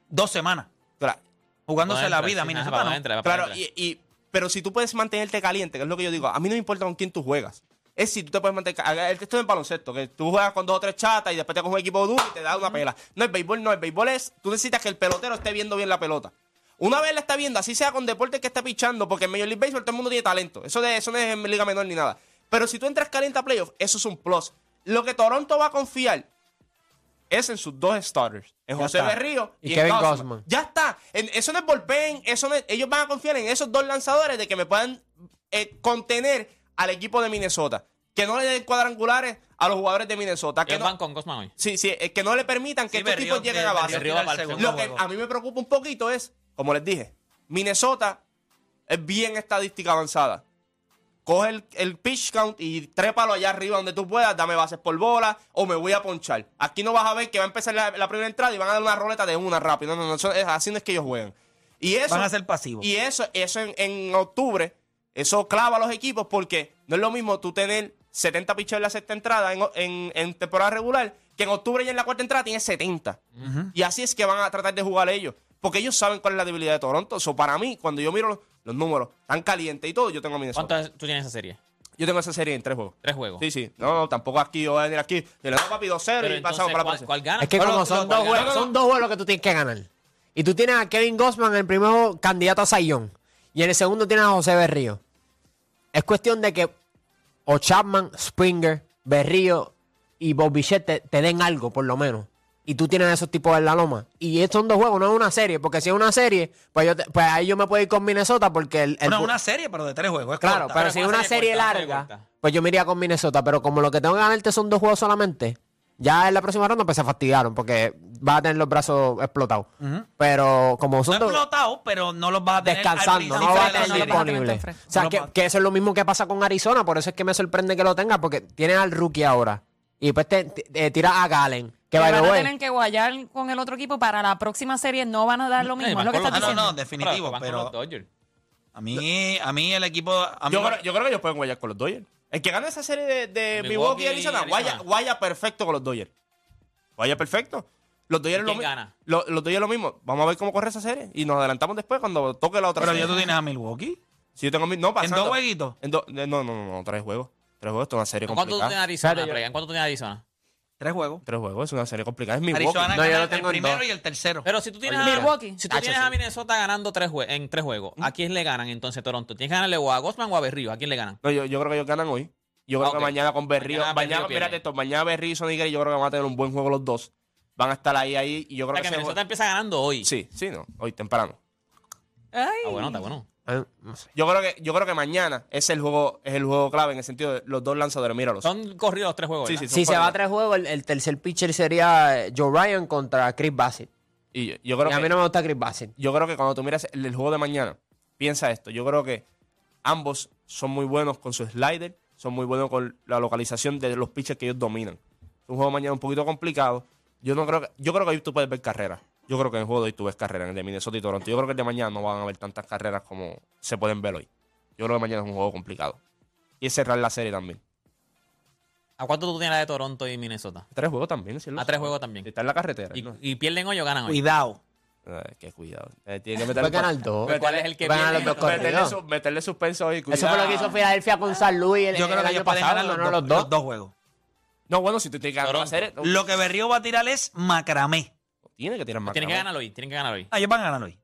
S1: dos semanas,
S3: Claro.
S1: jugándose
S2: Para
S1: la
S2: adentro,
S1: vida.
S2: sí,
S1: Minnesota
S2: para
S1: no.
S2: adentro, para
S3: Claro,
S2: adentro.
S3: y, y- pero si tú puedes mantenerte caliente, que es lo que yo digo, a mí no me importa con quién tú juegas. Es si tú te puedes mantener caliente. Esto es en baloncesto, que tú juegas con dos o tres chatas y después te coges un equipo duro y te da una pela. No, el béisbol no, el béisbol es, tú necesitas que el pelotero esté viendo bien la pelota. Una vez la está viendo, así sea con deporte que está pichando, porque en Major League Baseball todo el mundo tiene talento. Eso, de, eso no es en Liga Menor ni nada. Pero si tú entras caliente a playoff, eso es un plus. Lo que Toronto va a confiar es en sus dos starters, en
S1: Ya
S3: José
S1: está.
S3: Berrío
S4: Y
S3: y, en
S4: Kevin
S3: Gausman.
S4: Gausman.
S3: Ya está. En- eso no es bullpen, eso no es- ellos van a confiar en esos dos lanzadores de que me puedan eh, contener al equipo de Minnesota. Que no le den cuadrangulares a los jugadores de Minnesota. Que
S2: Ellos
S3: no,
S2: van eh, con Gosman hoy.
S3: sí, sí, eh, que no le permitan
S1: Sí,
S3: que estos
S1: Berrío-
S3: tipos lleguen
S1: Berrío
S3: a base.
S1: tira
S2: Berrío va
S1: el
S2: para el
S1: segundo
S3: Lo que
S1: juego.
S3: a mí me preocupa un poquito es, como les dije, Minnesota es bien estadística avanzada. Coge el, el pitch count y trépalo allá arriba donde tú puedas, dame bases por bola o me voy a ponchar. Aquí no vas a ver que va a empezar la, la primera entrada y van a dar una roleta de una rápido. No, no, no, eso es- así no es que ellos juegan. Y eso,
S1: Van a ser pasivos.
S3: y eso, eso en, en octubre, eso clava a los equipos porque no es lo mismo tú tener 70 pichos en la sexta entrada en, en- en temporada regular que en octubre y en la cuarta entrada tienes 70. Y así es que van a tratar de jugar ellos. Porque ellos saben cuál es la debilidad de Toronto. So, para mí, cuando yo miro los, los números tan calientes y todo, yo tengo a Minnesota.
S2: ¿Cuántas tú tienes esa serie?
S3: Yo tengo esa serie en tres juegos.
S2: Tres juegos.
S3: Sí, sí. No, no, tampoco aquí yo voy a venir aquí. Yo le doy papi 2-0
S2: Pero
S3: y
S2: entonces,
S3: pasamos para la
S2: ¿cuál,
S3: próxima.
S2: cuál gana?
S4: Es que
S3: No, no,
S4: como
S3: no,
S4: son
S3: no,
S4: dos
S3: no, no,
S4: juegos,
S3: no.
S4: son dos juegos que tú tienes que ganar. Y tú tienes a Kevin Gossman en el primer juego, candidato a Sayón. Y en el segundo tienes a José Berrío. Es cuestión de que o Chapman, Springer, Berrío y Bobichette te, te den algo, por lo menos. Y tú tienes a esos tipos en la loma. Y estos son dos juegos, no es una serie. Porque si es una serie, pues, yo te- pues ahí yo me puedo ir con Minnesota porque el... el
S1: Bueno,
S4: bu-
S1: una serie, pero de tres juegos. es
S4: Claro,
S1: corta.
S4: pero
S2: Pero
S4: si es
S2: con
S4: una
S2: una serie
S4: serie
S2: corta, serie
S4: larga,
S2: corta.
S4: pues yo me iría con Minnesota. Pero como lo que tengo que ganarte son dos juegos solamente, ya en la próxima ronda pues se fastidiaron porque vas a tener los brazos explotados. Pero como
S1: No
S4: son dos
S1: explotado, pero no los vas a tener al
S4: descansando, no
S1: principio
S4: va a
S1: de la
S4: tener
S1: serie.
S6: disponible.
S4: disponibles.
S6: Fresco.
S4: O sea,
S1: No
S4: que,
S1: va-
S4: que eso es lo mismo que pasa con pues Arizona, por eso es que me sorprende que lo tenga, porque tiene al rookie ahora. Y después te, te- eh, tira a Galen, que Que by the
S6: van a
S4: way-
S6: tener que guayar con el otro equipo para la próxima serie. No van a dar lo
S2: No, y
S6: mismo. es
S2: van
S6: lo que
S2: con
S6: estás
S2: los-
S1: Ah, no,
S6: diciendo.
S1: no, definitivo,
S2: van con
S1: pero-
S2: los Dodgers.
S1: A mí, a mí el equipo. a mí
S3: Yo
S1: no-
S3: creo, yo creo que ellos pueden guayar con los Dodgers. El que gana esa serie de, de
S2: Milwaukee
S3: Milwaukee y
S2: y
S3: Arizona,
S2: Arizona.
S3: guaya, guaya perfecto con los Dodgers. Guaya perfecto. Los Dodgers
S2: ¿Y
S3: lo
S2: quién
S3: mi-
S2: gana?
S3: lo- los Dodgers lo mismo. Vamos a ver cómo corre esa serie. Y nos adelantamos después cuando toque la otra
S1: Pero
S3: serie.
S1: ya tú tienes a Milwaukee.
S3: Si yo tengo mi- No,
S1: ¿En
S3: pasando.
S1: dos jueguitos?
S3: En do- eh, no, no, no, no, tres juegos. Tres juegos, esto es una serie
S2: ¿Cuánto tú tienes
S3: complicada.
S2: Arizona?
S4: Espérate, yo-
S2: Brian? ¿Cuánto tú tienes Arizona?
S1: Tres juegos.
S3: Tres juegos, es una serie complicada. Es Milwaukee.
S1: Arizona
S4: No, yo
S1: gana
S4: lo tengo
S1: el
S4: en
S1: primero
S4: dos.
S1: y el tercero.
S2: Pero si tú tienes, a,
S6: Olvídate. Milwaukee.
S2: Si tú tienes a Minnesota ganando tres jue- en tres juegos, ¿a quién le ganan entonces Toronto? ¿Tienes que ganarle o a Gosman o a Berrío? ¿A quién le ganan?
S3: No, yo, yo creo que ellos ganan hoy. Yo creo
S2: Ah, ok.
S3: que mañana con Berrío.
S2: Mañana
S3: Mañana,
S2: Berrío pierde.
S3: mírate esto, mañana Berrío y Sonny Gray, yo creo que van a tener un buen juego los dos. Van a estar ahí, ahí. Y yo
S2: O
S3: creo
S2: sea,
S3: que,
S2: que
S3: ese
S2: Minnesota
S3: juego-
S2: empieza ganando hoy.
S3: Sí, sí, no. Hoy temprano.
S6: Ay.
S2: Está bueno, está bueno.
S4: Ah, no sé.
S3: Yo creo que, yo creo que mañana es el juego, es el juego clave en el sentido de los dos lanzadores, míralos.
S2: Son corridos los tres juegos.
S3: Sí,
S2: ¿verdad?
S3: sí, son
S4: Si se
S3: para-
S4: va a tres juegos, el, el tercer pitcher sería eh, Joe Ryan contra Chris Bassett.
S3: Y yo, yo creo
S4: Y a
S3: que,
S4: mí no me gusta Chris Bassett.
S3: yo creo que cuando tú miras el, el juego de mañana, piensa esto. Yo creo que ambos son muy buenos con su slider, son muy buenos con la localización de los pitches que ellos dominan. Es un juego mañana un poquito complicado. Yo no creo que, yo creo que hoy tú puedes ver carreras. Yo creo que en el juego de hoy tú ves carreras, en el de Minnesota y Toronto. Yo creo que el de mañana no van a haber tantas carreras como se pueden ver hoy. Yo creo que mañana es un juego complicado. Y es cerrar la serie también.
S2: ¿A cuánto tú tienes la de Toronto y Minnesota?
S3: Tres juegos también, ¿sí?
S2: A tres juegos también.
S3: Está en la carretera.
S2: Y,
S3: ¿no?
S2: y pierden hoy o ganan hoy.
S1: Cuidado.
S3: Ay, qué cuidado. Eh, tiene que
S4: Puede
S3: meterle,
S4: ganar dos.
S2: Pero ¿Cuál es el que
S4: Van a
S2: pierde?
S4: los dos corridos.
S3: meterle, su- meterle suspenso ahí.
S4: Eso fue lo que hizo Filadelfia con San Luis el,
S1: Yo creo
S4: el
S1: que
S4: año
S1: ellos pueden
S4: pasado,
S1: ganar los,
S4: ganó
S1: dos, los dos juegos.
S3: No, bueno, si tú tienes que ganar la
S2: Toronto.
S3: serie, no,
S1: Lo que Berrío va a tirar es macramé.
S3: tiene que tirar más.
S2: Tienen que
S3: cabrón.
S2: ganar hoy, tienen que ganar hoy.
S1: Ah, ellos van a ganar hoy.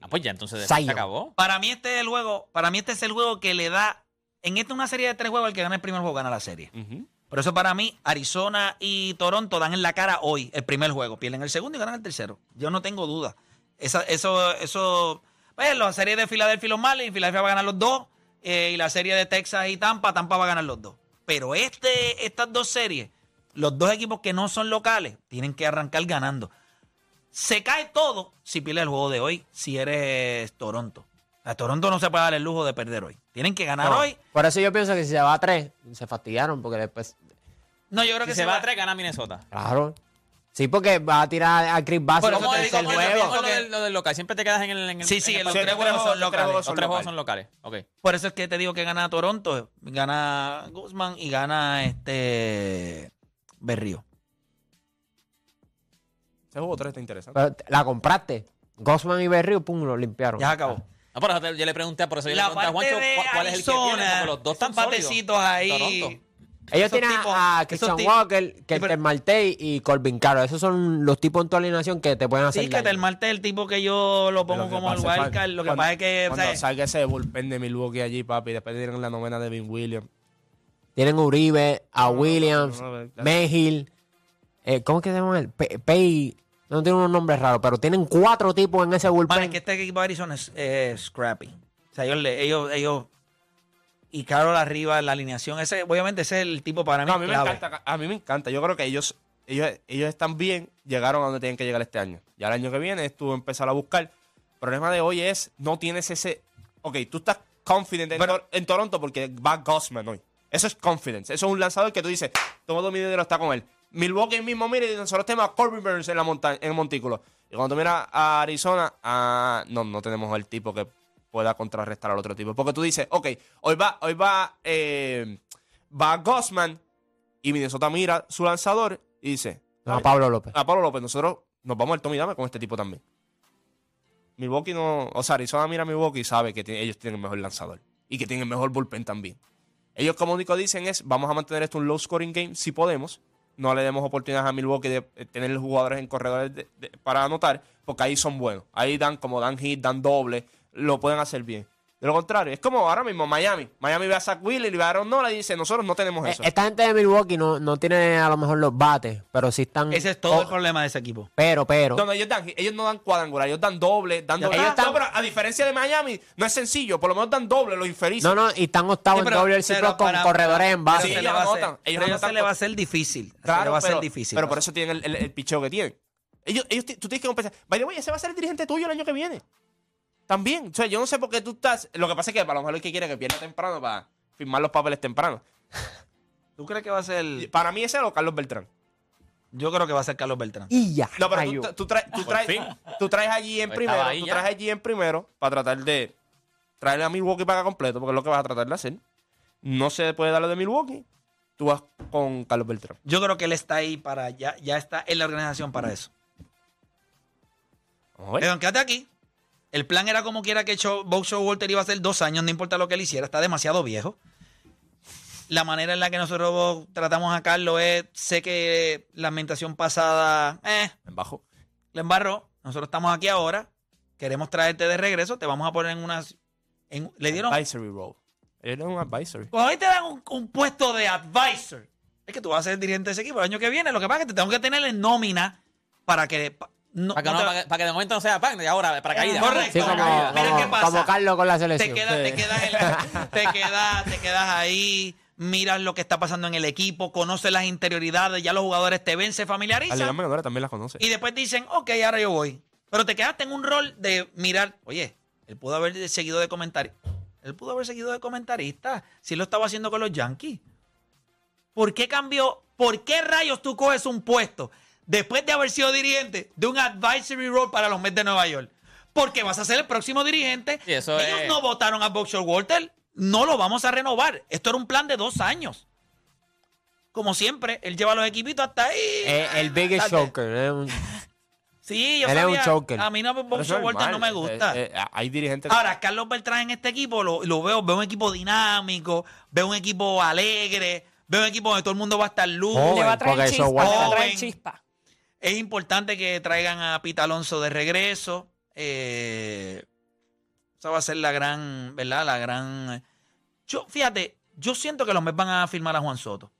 S2: Ah, pues ya, entonces después se
S4: Zion.
S2: acabó.
S1: Para mí este es el juego, para mí este es el juego que le da en esta una serie de tres juegos el que gana el primer juego gana la serie.
S3: Ujú.
S1: Por eso para mí Arizona y Toronto dan en la cara hoy el primer juego, pierden el segundo y ganan el tercero. Yo no tengo duda. Esa- eso eso pues la serie de Filadelfia y los Marlins, Filadelfia va a ganar los dos eh, y la serie de Texas y Tampa, Tampa va a ganar los dos. Pero este estas dos series, los dos equipos que no son locales tienen que arrancar ganando. Se cae todo si pierdes el juego de hoy, si eres Toronto. A Toronto no se puede dar el lujo de perder hoy. Tienen que ganar
S4: No,
S1: hoy.
S4: Por eso yo pienso que si se va a tres, se fastidiaron porque después.
S1: No, yo creo
S2: Si
S1: que
S2: se va a tres, gana Minnesota.
S4: Claro. Sí, porque va a tirar a Chris Bassett
S1: Pero
S4: en Ah, el
S1: ¿cómo
S2: te
S1: digo
S4: tercer
S1: que no pienso-
S4: juego.
S2: lo, del, lo del local, siempre te quedas en el. En el
S1: Sí, sí,
S2: en el
S1: los
S3: Sí,
S2: papel.
S1: tres
S3: tres
S1: juegos son
S3: tres
S1: locales.
S3: juegos
S2: Los tres juegos
S3: locales.
S2: son locales. Ok.
S1: Por eso es que te digo que gana Toronto, gana Guzmán y gana este Berrío.
S3: Ese juego tres está interesante.
S4: Pero te- la compraste. Gosman y Berrio, pum, lo limpiaron.
S1: Ya se acabó.
S2: No, por eso te- yo le pregunté, por eso yo le
S1: la
S2: pregunté a
S1: parte
S2: Juancho
S1: de
S2: cu- cuál es el que pierde,
S1: Arizona,
S2: porque los dos
S1: esos
S2: están sólidos.
S1: patecitos ahí.
S2: Toronto.
S4: Ellos
S1: esos
S4: tienen a-
S1: tipos-
S4: a
S1: esos
S4: Christian
S1: tipos-
S4: Walker,
S1: Sí, pero-
S4: Kelter Martey y Corbin Caro. Esos son los tipos en tu alineación que te pueden hacer.
S1: Sí, que
S4: daño.
S1: el martes el tipo que yo lo pongo
S3: Lo que
S1: como el
S3: pasa,
S1: wildcard. Lo que
S3: cuando-
S1: pasa es que. o
S3: Cuando
S1: sea,
S3: salga ese bullpen de Milwaukee allí, papi, después tienen la novena de Vin Williams.
S4: Tienen a Uribe, a Williams,
S3: no, no, no.
S4: Mehill. eh, ¿Cómo que se llama él? Pe- Pei. No tiene unos nombres raros, pero tienen cuatro tipos en ese bullpen.
S1: Mano, es que este equipo de Arizona es eh, scrappy. O sea, ellos, le- ellos, ellos- y Carol arriba en la alineación. Ese, obviamente, ese es el tipo para mí.
S3: No, a mí me
S1: clave.
S3: encanta. A mí me encanta. Yo creo que ellos, ellos, ellos están bien, llegaron a donde tienen que llegar este año. Ya el año que viene es tú empezar a buscar. El problema de hoy es, no tienes ese... Ok, tú estás confident en, Tor- en Toronto porque va Gossman hoy. Eso es confidence. Eso es un lanzador que tú dices, todo mi dinero está con él. Milwaukee mismo, mire, y nosotros tenemos a Corbin Burns en, la monta- en el montículo. Y cuando tú miras a Arizona, ah, no, no tenemos el tipo que pueda contrarrestar al otro tipo. Porque tú dices, ok, hoy va, hoy va, eh, va Gossman, y Minnesota mira su lanzador y dice:
S4: No, Pablo López.
S3: A Ah, Pablo López, nosotros nos vamos al Tommy Dame con este tipo también. Milwaukee no. O sea, Arizona mira a Milwaukee y sabe que tiene- ellos tienen el mejor lanzador y que tienen el mejor bullpen también. Ellos, como único dicen, es: vamos a mantener esto un low scoring game si podemos. No le demos oportunidades a Milwaukee de eh, tener los jugadores en corredores de- de- para anotar, porque ahí son buenos. Ahí dan como dan hit, dan doble, lo pueden hacer bien. De lo contrario, es como ahora mismo Miami. Miami ve a Zach Wheeler y ve a Aaron Nola y dice: Nosotros no tenemos eso.
S4: Eh, Esta gente de Milwaukee no, no tiene a lo mejor los bates, pero sí están.
S1: Ese es todo
S4: oh,
S1: el problema de ese equipo.
S4: Pero, pero.
S3: No, no, ellos, dan, ellos no dan cuadrangular, ellos dan doble, dan doble.
S4: Ellos
S3: Ah,
S4: están-
S3: no, pero a diferencia de Miami, no es sencillo, por lo menos dan doble, lo infelices.
S4: No, no, y están
S1: Sí,
S4: octavos en
S1: pero-
S4: doble el
S1: pero
S4: ciclo con
S1: para-
S4: corredores en base.
S1: pero se
S3: Sí,
S1: le
S3: ellos
S1: va a
S3: anotan,
S1: hacer-
S3: ellos
S1: pero
S3: anotan
S1: se le va a
S3: con-
S1: hacer difícil. Se
S3: Claro,
S1: le va a
S3: pero,
S1: ser difícil.
S3: Pero por eso tienen el, el- el picheo que tienen. Ellos, ellos ti- tú tienes que compensar. By the way, ese va a ser el dirigente tuyo el año que viene. También. O sea, yo no sé por qué tú estás. Lo que pasa es que para lo mejor el que quiere que pierda temprano para firmar los papeles temprano.
S1: ¿Tú crees que va a ser
S3: Y Para mí ese es lo Carlos Beltrán.
S1: Yo creo que va a ser Carlos Beltrán.
S4: Y ya.
S3: No, pero
S4: Ay,
S3: tú,
S4: yo.
S3: tra- tú traes,
S2: Por
S3: tú traes,
S2: fin.
S3: tú traes allí en
S2: Estaba
S3: primero,
S2: ahí
S3: tú
S2: ya.
S3: traes allí en primero para tratar de traerle a Milwaukee para acá completo, porque es lo que vas a tratar de hacer. No se puede dar lo de Milwaukee. Tú vas con Carlos Beltrán.
S1: Yo creo que él está ahí para, ya, ya está en la organización para eso.
S4: Pues.
S3: Vamos a ver.
S1: Pero quédate aquí. El plan era como quiera que Show- Bob Walter iba a hacer dos años, no importa lo que él hiciera, está demasiado viejo. La manera en la que nosotros tratamos a Carlos es, sé que la ambientación pasada, eh,
S3: Bajo.
S1: le embarró. Nosotros estamos aquí ahora, queremos traerte de regreso, te vamos a poner en unas... en- le dieron...
S3: Advisory role. Él es un advisory.
S1: Cuando a ti te dan un, un puesto de advisor, es que tú vas a ser dirigente de ese equipo el año que viene, lo que pasa es que te tengo que tener en nómina para que... pa- no-
S2: Para que,
S1: no
S2: no-
S1: te-
S2: para que- para que de momento no sea pan, y ahora para caída.
S1: Correcto.
S4: Sí, como,
S1: Mira qué
S4: como,
S1: pasa.
S4: como Carlos con la
S1: te
S4: selección.
S1: quedas, te quedas, en la- te quedas, te quedas ahí, miras lo que está pasando en el equipo, conoces las interioridades, ya los jugadores te ven, se
S3: Al
S1: familiarizan
S3: Liga Menores también las conoce.
S1: y después dicen, ok, ahora yo voy. Pero te quedaste en un rol de mirar, oye, él pudo haber seguido de comentarista, él pudo haber seguido de comentarista, si lo estaba haciendo con los Yankees. ¿Por qué cambió? ¿Por qué rayos tú coges un puesto después de haber sido dirigente de un advisory role para los Mets de Nueva York? Porque vas a ser el próximo dirigente.
S2: Y eso
S1: Ellos
S2: es-
S1: no votaron a Boxer Walter. No lo vamos a renovar. Esto era un plan de dos años. Como siempre, él lleva los equipitos hasta ahí.
S4: Eh, el biggest
S1: Hasta-
S4: choker. eh, un-
S1: Sí, yo
S4: Él es un
S1: sabía.
S4: choker.
S1: A mí no,
S3: Pero eso
S1: Boxer
S3: es
S1: Walter no
S3: normal.
S1: me gusta.
S3: Eh, eh, hay dirigentes.
S1: Ahora, Carlos Beltrán en este equipo lo, lo veo, veo un equipo dinámico, veo un equipo alegre, veo un equipo donde todo el mundo va a estar luz.
S4: Oh,
S6: Le va a
S4: porque
S6: traer
S4: eso
S6: chispa, le
S4: guarda.
S6: va a
S1: Joven.
S6: traer chispa.
S1: Es importante que traigan a Pita Alonso de regreso. eh, esa va a ser la gran, ¿verdad? La gran. Yo, fíjate, yo siento que los Mets van a firmar a Juan Soto.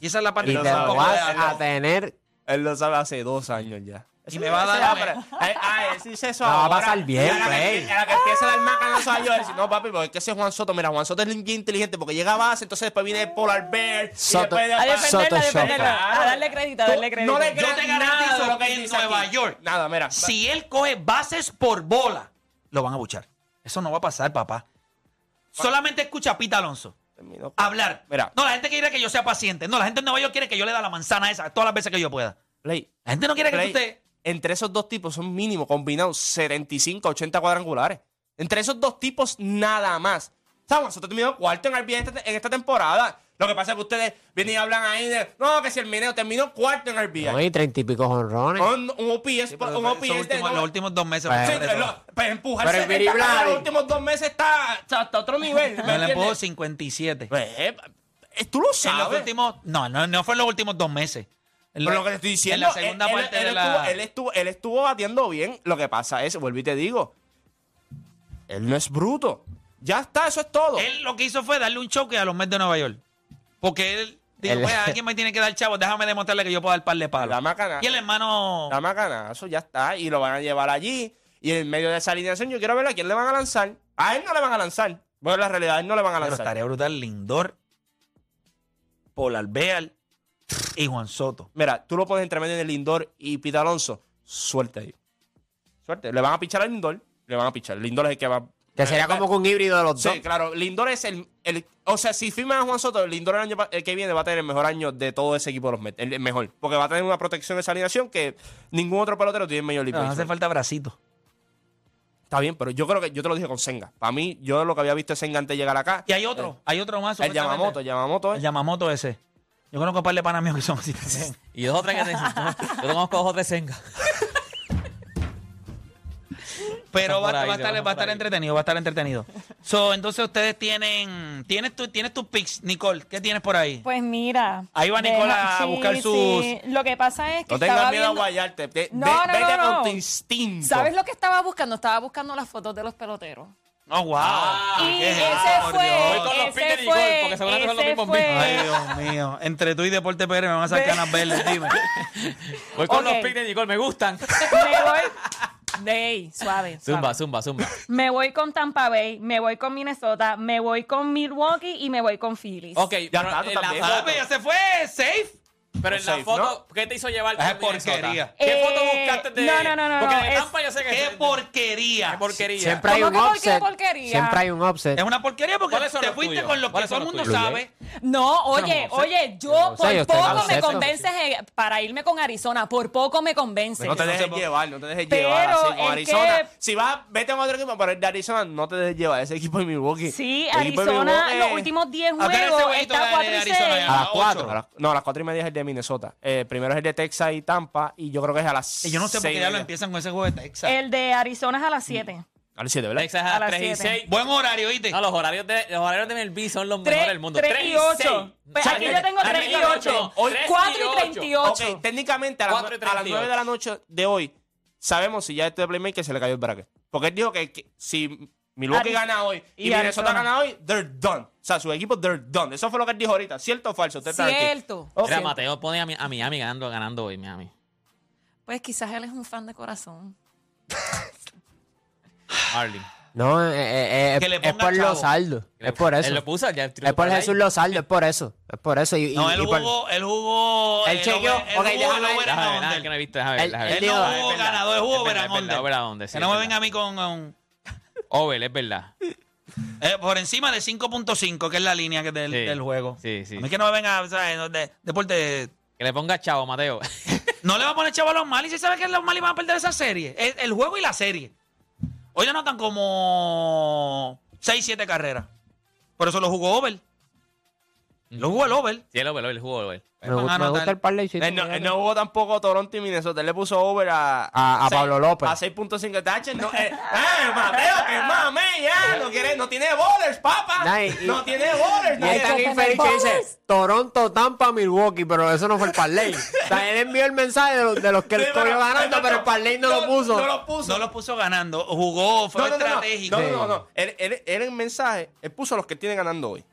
S1: Y esa es la parte
S4: Y
S1: que
S4: te
S1: me da un
S4: lo
S1: poco de
S4: vas
S1: asco.
S4: a tener.
S3: Él lo sabe hace dos años ya.
S1: Y me va a dar.
S3: Ah, él sí dice eso.
S4: La va a
S3: ahora.
S4: pasar bien, pues.
S3: Y ahora que-
S4: Play.
S3: ahora que empieza a dar maca en los años, él dice, no, papi, porque es que ese Juan Soto, mira, Juan Soto es bien inteligente porque llega a base, entonces después viene Polar Bear. y
S4: Soto-
S3: después de-
S6: A
S4: Soto
S6: defenderla, a
S3: Shocker.
S6: defenderla. A darle crédito, a darle
S3: Tú
S6: crédito.
S3: No le
S1: Yo
S3: creas
S1: te
S3: nada
S1: garantizo
S3: de lo que
S1: que
S3: él
S1: en
S3: dice
S1: Nueva
S3: aquí.
S1: York,
S3: Nada, mira.
S1: si él coge bases por bola, lo van a buchar. Eso no va a pasar, papá. Solamente escucha a Pita Alonso
S3: Terminó.
S1: hablar.
S3: Mira.
S1: No, la gente quiere que yo sea paciente. No, la gente en Nueva York quiere que yo le da la manzana esa todas las veces que yo pueda.
S3: Play,
S1: La gente no quiere que
S3: Play,
S1: usted.
S3: Entre esos dos tipos son mínimo combinados 75, 80 cuadrangulares. Entre esos dos tipos nada más. ¿Sabes? Nosotros terminamos cuarto en el en esta, en esta temporada. Lo que pasa es que ustedes vienen y hablan ahí de, no, que si el mineo terminó cuarto en el
S4: No, y treinta y pico jonrones.
S3: Un, un OPS,
S1: Pues, Sí,
S3: por-
S1: pero
S3: un
S1: esos
S3: OPS de...
S1: últimos-
S3: no-
S1: los últimos dos meses.
S4: Bueno.
S3: Sí,
S1: por eso.
S3: lo- pues empujarse
S4: Pero el
S3: esta
S4: Billy
S3: carrera
S4: Blady.
S3: los últimos dos meses está está hasta otro nivel. ¿me
S1: Me le
S3: entiendes?
S1: puedo 57.
S3: Pues, eh, tú lo
S1: En los
S3: sabes.
S1: últimos. No, no, no fue en los últimos dos meses. En
S3: Pero
S1: la-
S3: lo que te estoy
S1: en
S3: diciendo, eh,
S1: la segunda
S3: él, él-
S1: parte
S3: él
S1: de la.
S3: estuvo, él, estuvo, él estuvo batiendo bien. Lo que pasa es, vuelvo y te digo, él no es bruto. Ya está, eso es todo.
S1: Él lo que hizo fue darle un choque a los Mets de Nueva York. Porque él dijo,
S4: Él-
S1: "Pues, alguien me tiene que dar chavo, déjame demostrarle que yo puedo dar par de palos.
S3: La macana.
S1: Y el hermano...
S3: Nada más ganazo, ya está. Y lo van a llevar allí. Y en medio de esa alineación, yo quiero ver a quién le van a lanzar. A él no le van a lanzar. Bueno, la realidad, a él no le van a
S1: Pero
S3: lanzar.
S1: estaría brutal Lindor, Paul Alvear y Juan Soto.
S3: Mira, tú lo pones entre medio de Lindor y Pita Alonso. Suerte ahí. Suerte. Le van a pichar a Lindor. Le van a pichar. Lindor es el que va.
S4: Que sería como que un híbrido de los
S3: Sí,
S4: dos.
S3: claro. Lindor es el, el- O sea, si firman a Juan Soto, Lindor el año pa- el que viene va a tener el mejor año de todo ese equipo de los Mets. El, el mejor. Porque va a tener una protección de esa alineación que ningún otro pelotero tiene en Major League
S2: pues,
S1: No, hace
S3: Baseball.
S1: falta bracito.
S3: Está bien, pero yo creo que yo te lo dije con Senga. Para mí, yo lo que había visto es Senga antes de llegar acá.
S1: Y hay otro, hay otro más.
S3: El
S1: supuestamente.
S3: Yamamoto, el Yamamoto.
S1: El
S3: eh.
S1: Yamamoto ese. Yo conozco un par de panas míos que son así también.
S2: Y dos o tres que te- Yo conozco dos o tres sengas.
S1: Pero
S2: Están
S1: va,
S2: por ahí,
S1: va a
S2: se
S1: estar,
S2: bajan
S1: va a
S2: por
S1: estar
S2: ahí.
S1: entretenido, va a estar entretenido. So, entonces ustedes tienen, tienes tu, tienes tus picks, Nicole, ¿qué tienes por ahí?
S6: Pues mira.
S1: Ahí va Nicola
S6: deja-
S1: a buscar sus-
S6: Lo que pasa es que
S3: No tengas
S6: estaba
S3: miedo a
S6: viendo-
S3: guayarte. Ve-
S6: No,
S3: ve-
S6: no,
S3: vete
S6: no,
S3: con
S6: no.
S3: tu instinto.
S6: ¿Sabes lo que estaba buscando? Estaba buscando las fotos de los peloteros.
S1: Oh, wow.
S6: y
S1: ¿Qué es
S6: ese
S1: eso, por
S6: fue,
S1: Dios?
S2: Voy con los Peter
S6: ese
S2: y Gol,
S6: fue,
S2: porque seguramente son los
S6: ese
S2: mismos
S6: fue-
S2: mismos.
S1: Ay, Dios mío. Entre tú y Deporte PR me van a sacar
S6: Ve-
S1: las verdes, dime.
S2: Voy con
S6: Ok.
S2: los picnic, Nicole, me gustan.
S6: Me voy. Dey, suave,
S2: Zumba,
S6: suave.
S2: zumba, zumba.
S6: Me voy con Tampa Bay, me voy con Minnesota, me voy con Milwaukee y me voy con Phillies.
S2: Ok,
S3: Ya
S2: pero
S3: está, tú
S2: en la
S3: también.
S2: foto-
S1: ¡Ya se fue! ¡Safe!
S2: Pero en la
S3: safe,
S2: foto, ¿qué te hizo llevar?
S1: Es
S2: con Minnesota?
S1: porquería.
S2: ¿Qué
S6: Eh,
S2: foto buscaste de.?
S6: no, no, no, no,
S2: Porque
S6: no,
S2: de
S6: es-
S2: Tampa yo sé que.
S1: ¡Qué porquería!
S2: ¡Qué porquería!
S4: Siempre hay
S6: ¿Cómo
S4: un
S6: que por qué
S4: offset.
S6: porquería?
S4: Siempre hay un offset.
S1: Es una porquería porque
S2: ¿Cuáles son
S1: te
S2: los
S1: fuiste
S2: tuyos?
S1: con lo que
S2: ¿Cuáles
S1: todo
S2: son
S1: el mundo
S2: los tuyos?
S1: sabe.
S6: No, oye,
S2: José.
S6: oye, yo
S4: José, yo estoy
S6: por poco
S4: con
S6: me
S4: José.
S6: convences eh, para irme con Arizona. Por poco me convences.
S3: No te dejes
S1: po-
S3: llevar, no te dejes
S6: Pero
S3: llevar así con
S6: es
S3: Arizona.
S6: que-
S3: Si vas, vete a otro equipo, pero el de Arizona no te dejes llevar. Ese equipo de Milwaukee.
S6: Sí,
S3: El equipo de
S6: Arizona,
S3: Milwaukee-
S6: los últimos 10
S1: ¿A qué hora ese
S6: juegos
S1: jueguito
S6: está
S1: de-
S6: 4
S1: de
S6: y 6.
S1: Arizona?
S4: A las
S1: ocho.
S4: cuatro.
S3: A las- no, a las cuatro y media es el de Minnesota. Eh, primero es el de Texas y Tampa. Y yo creo que es a las.
S1: Y yo no sé por
S3: seis
S1: qué
S3: y
S1: ya lo
S3: media.
S1: empiezan con ese juego de Texas.
S6: El de Arizona es a las 7.
S3: A las siete, ¿verdad?
S2: Texas a
S6: A
S2: las
S6: las
S2: 3 y
S6: siete.
S2: 6.
S1: Buen horario, ¿viste?
S2: No, los horarios de los horarios de Melví son los
S6: 3,
S2: mejores del mundo.
S6: 3 y 8.
S2: seis.
S6: Pues aquí yo tengo 3 y 8.
S2: Hoy-
S6: 4
S2: tres
S6: y
S2: y
S6: 38.
S3: Ok, técnicamente a las,
S2: Cuatro y
S3: 9
S2: treinta y
S3: de la noche de hoy sabemos si ya este playmaker se le cayó el bracket. Porque él dijo que, que si Milwaukee
S6: Ari-
S3: gana hoy y,
S6: y
S3: Minnesota
S6: Arizona.
S3: gana hoy, they're done. O sea, su equipo, they're done. Eso fue lo que él dijo ahorita. ¿Cierto o falso? Usted está aquí.
S6: Cierto.
S4: Oh,
S3: Ok.
S2: Mira, Mateo pone a, mi- a Miami ganando, ganando hoy, Miami.
S6: Pues quizás él es un fan de corazón.
S2: Arling.
S4: No, eh, eh, eh,
S1: Que le
S4: es
S1: ponga
S4: por
S1: chavo.
S4: los saldos. Es por
S2: Él
S4: eso.
S2: lo puso ya.
S4: Es por Jesús Lozaldo, es por eso. Es por eso. Y, y-
S1: No, él
S4: y por-
S1: jugó, él jugó. eh,
S4: Él
S1: el
S4: chequeó.
S1: over- el jugó
S4: Ok, déjame
S1: el
S4: ver.
S1: over and
S2: Déjame ver,
S1: under.
S2: nada, que no he visto. Déjame ver,
S4: Él-
S2: déjame ver.
S4: él
S1: Él
S4: dijo-
S1: no
S4: Es
S1: jugó
S2: verdad,
S1: ganador, él
S2: es
S1: jugó over and
S2: verdad, es verdad,
S1: under.
S2: over and under, sí,
S1: Que no
S2: es
S1: me
S2: verdad.
S1: venga a mí con. con-
S2: Over, es verdad.
S1: eh, por encima de 5.5, que es la línea que del,
S2: Sí.
S1: del juego.
S2: Sí, sí.
S1: A mí que no me venga, o sea, no, de- deporte.
S2: Que le ponga chavo, Mateo.
S1: No le va a poner chaval a los Malis. ¿Y sabe que los Malis van a perder esa serie? El, el juego y la serie. Hoy le anotan como 6, 7 carreras. Por eso lo jugó over. Lo jugó el over.
S2: Sí, el over, el jugó el over.
S4: me, gusta, me gusta el parlaycito.
S3: Él Eh, no, él no jugó tampoco Toronto y Minnesota. Él le puso over a.
S4: A- a
S3: seis-
S4: Pablo López.
S3: A 6.5 taches. No, eh, eh, Mateo, que mame, ya. No, quiere, no tiene borders, papá.
S4: Nah, y-
S3: no tiene borders.
S4: Y
S3: no
S4: ahí está
S3: tiene-
S4: el infeliz que dice Toronto, Tampa, Milwaukee, pero eso no fue el parlay. O sea, él envió el mensaje de los, de los que él
S3: Sí,
S4: cogió
S3: pero-
S4: ganando, pero el parlay no lo puso.
S3: No lo puso.
S1: No lo puso ganando. Jugó, fue
S3: No, no, no, no,
S1: estratégico.
S3: no, no, no, no. Él, él- él en mensaje, él puso los que tienen ganando hoy.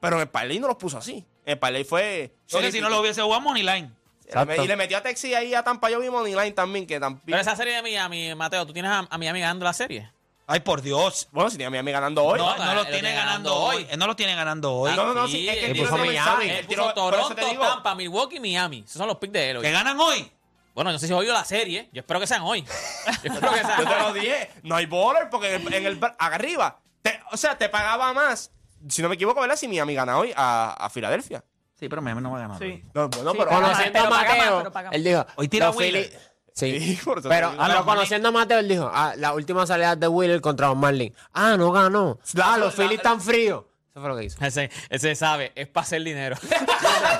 S3: Pero en el parlay no los puso así. En el parlay fue...
S1: Porque si no lo hubiese jugado a Money Line.
S4: Exacto.
S3: Y le metió a Texi ahí a Tampa. Yo vi Money Line también, que
S2: Pero
S3: también...
S2: esa serie de Miami, Mateo, tú tienes a, a Miami ganando la serie.
S1: Ay, por Dios.
S3: Bueno, si tenía a Miami ganando hoy.
S1: no,
S2: no,
S1: no lo
S2: lo
S1: tiene,
S2: tiene
S1: ganando,
S2: ganando
S1: hoy.
S2: hoy.
S1: Él no lo tiene ganando hoy.
S3: Pues No, no, no, sí, es que
S2: él
S4: tiró
S2: puso
S4: ese
S2: Miami.
S3: mensaje.
S2: Él
S3: Tiró-
S2: puso
S3: por eso te
S2: Toronto,
S3: digo.
S2: Tampa, Milwaukee, Miami. Esos son los picks de él
S1: Que
S2: hoy.
S1: ganan hoy.
S2: Bueno, no sé si hoy o la serie. Yo espero que sean hoy. Yo espero que
S3: Yo te
S2: sean
S3: lo
S2: hoy.
S3: dije. No hay bowler porque en el, en el- arriba. te- o sea, te pagaba más. Si no me equivoco, ¿verdad? Si Miami gana hoy a, a Filadelfia.
S1: Sí, pero Miami no va a ganar. hoy.
S3: No, bueno, pero.
S4: Conociendo
S6: pero
S4: a
S6: paga más,
S4: Mateo,
S6: pero paga más.
S4: él dijo.
S1: Hoy tira
S4: los
S1: Wheeler.
S4: Phillies- Sí.
S3: Sí, por eso te
S4: Pero,
S3: digo.
S4: pero
S1: los
S4: conociendo a Mateo, él dijo, ah, la última salida de Wheeler contra los Marlins. Ah, no ganó.
S3: La-
S4: ah, los
S3: la-
S4: Phillies están fríos. Eso fue lo que hizo.
S2: Ese, ese sabe, es para hacer dinero.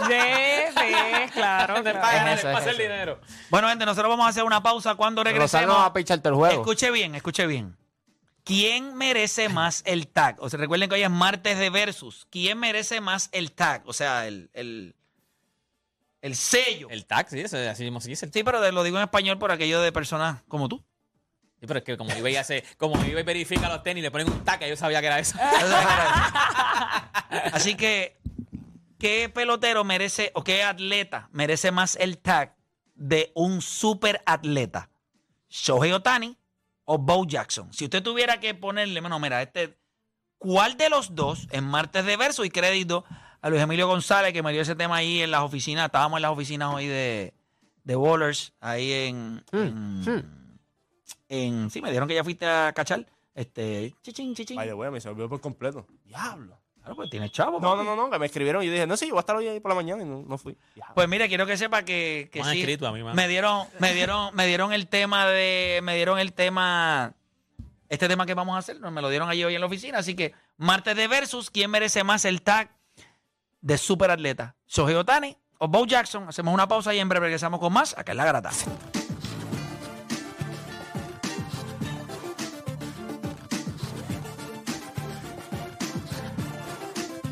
S6: De, de, claro.
S2: Es
S6: claro.
S2: para
S4: Es eso, es
S2: hacer
S4: eso.
S2: dinero.
S1: Bueno, gente, nosotros vamos a hacer una pausa cuando
S4: Rosario no
S1: regresemos.
S4: va a picharte el juego.
S1: Escuche bien, escuche bien. ¿Quién merece más el tag? O sea, recuerden que hoy es martes de versus. ¿Quién merece más el tag? O sea, el, el, el sello.
S2: El taxi, eso, así mismo se dice.
S1: Sí, pero de- lo digo en español por aquello de personas como tú.
S2: Sí, pero es que como eBay hace, como eBay verifica los tenis, le ponen un taque, yo sabía que era
S1: Ah,
S2: eso.
S1: Así que, ¿qué pelotero merece o qué atleta merece más el tag de un super atleta? ¿Shohei Otani o Bo Jackson? Si usted tuviera que ponerle, bueno, mira, este, ¿cuál de los dos en martes de verso y crédito a Luis Emilio González que me dio ese tema ahí en las oficinas? Estábamos en las oficinas hoy de, de Ballers, ahí en, en, en- Sí, me dijeron que ya fuiste a cachar. Este, chichín, chichín.
S3: Ay, de wey, me se olvidó por completo. Diablo.
S1: Claro, pues tiene chavo.
S3: No,
S1: papi.
S3: no, no, no, que me escribieron y yo dije, no, sí, yo voy a estar hoy ahí por la mañana y no, no fui. Diablo.
S1: Pues mira, quiero que sepa que, que
S2: Me han
S1: sí.
S2: escrito a mí, mano.
S1: me dieron, me dieron, me dieron el tema de, me dieron el tema, este tema que vamos a hacer, me lo dieron allí hoy en la oficina, así que martes de versus, ¿quién merece más el tag de superatleta? Shohei Otani o Bo Jackson? Hacemos una pausa y en breve regresamos con más. Acá es la grata.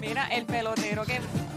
S6: Mira, el pelotero que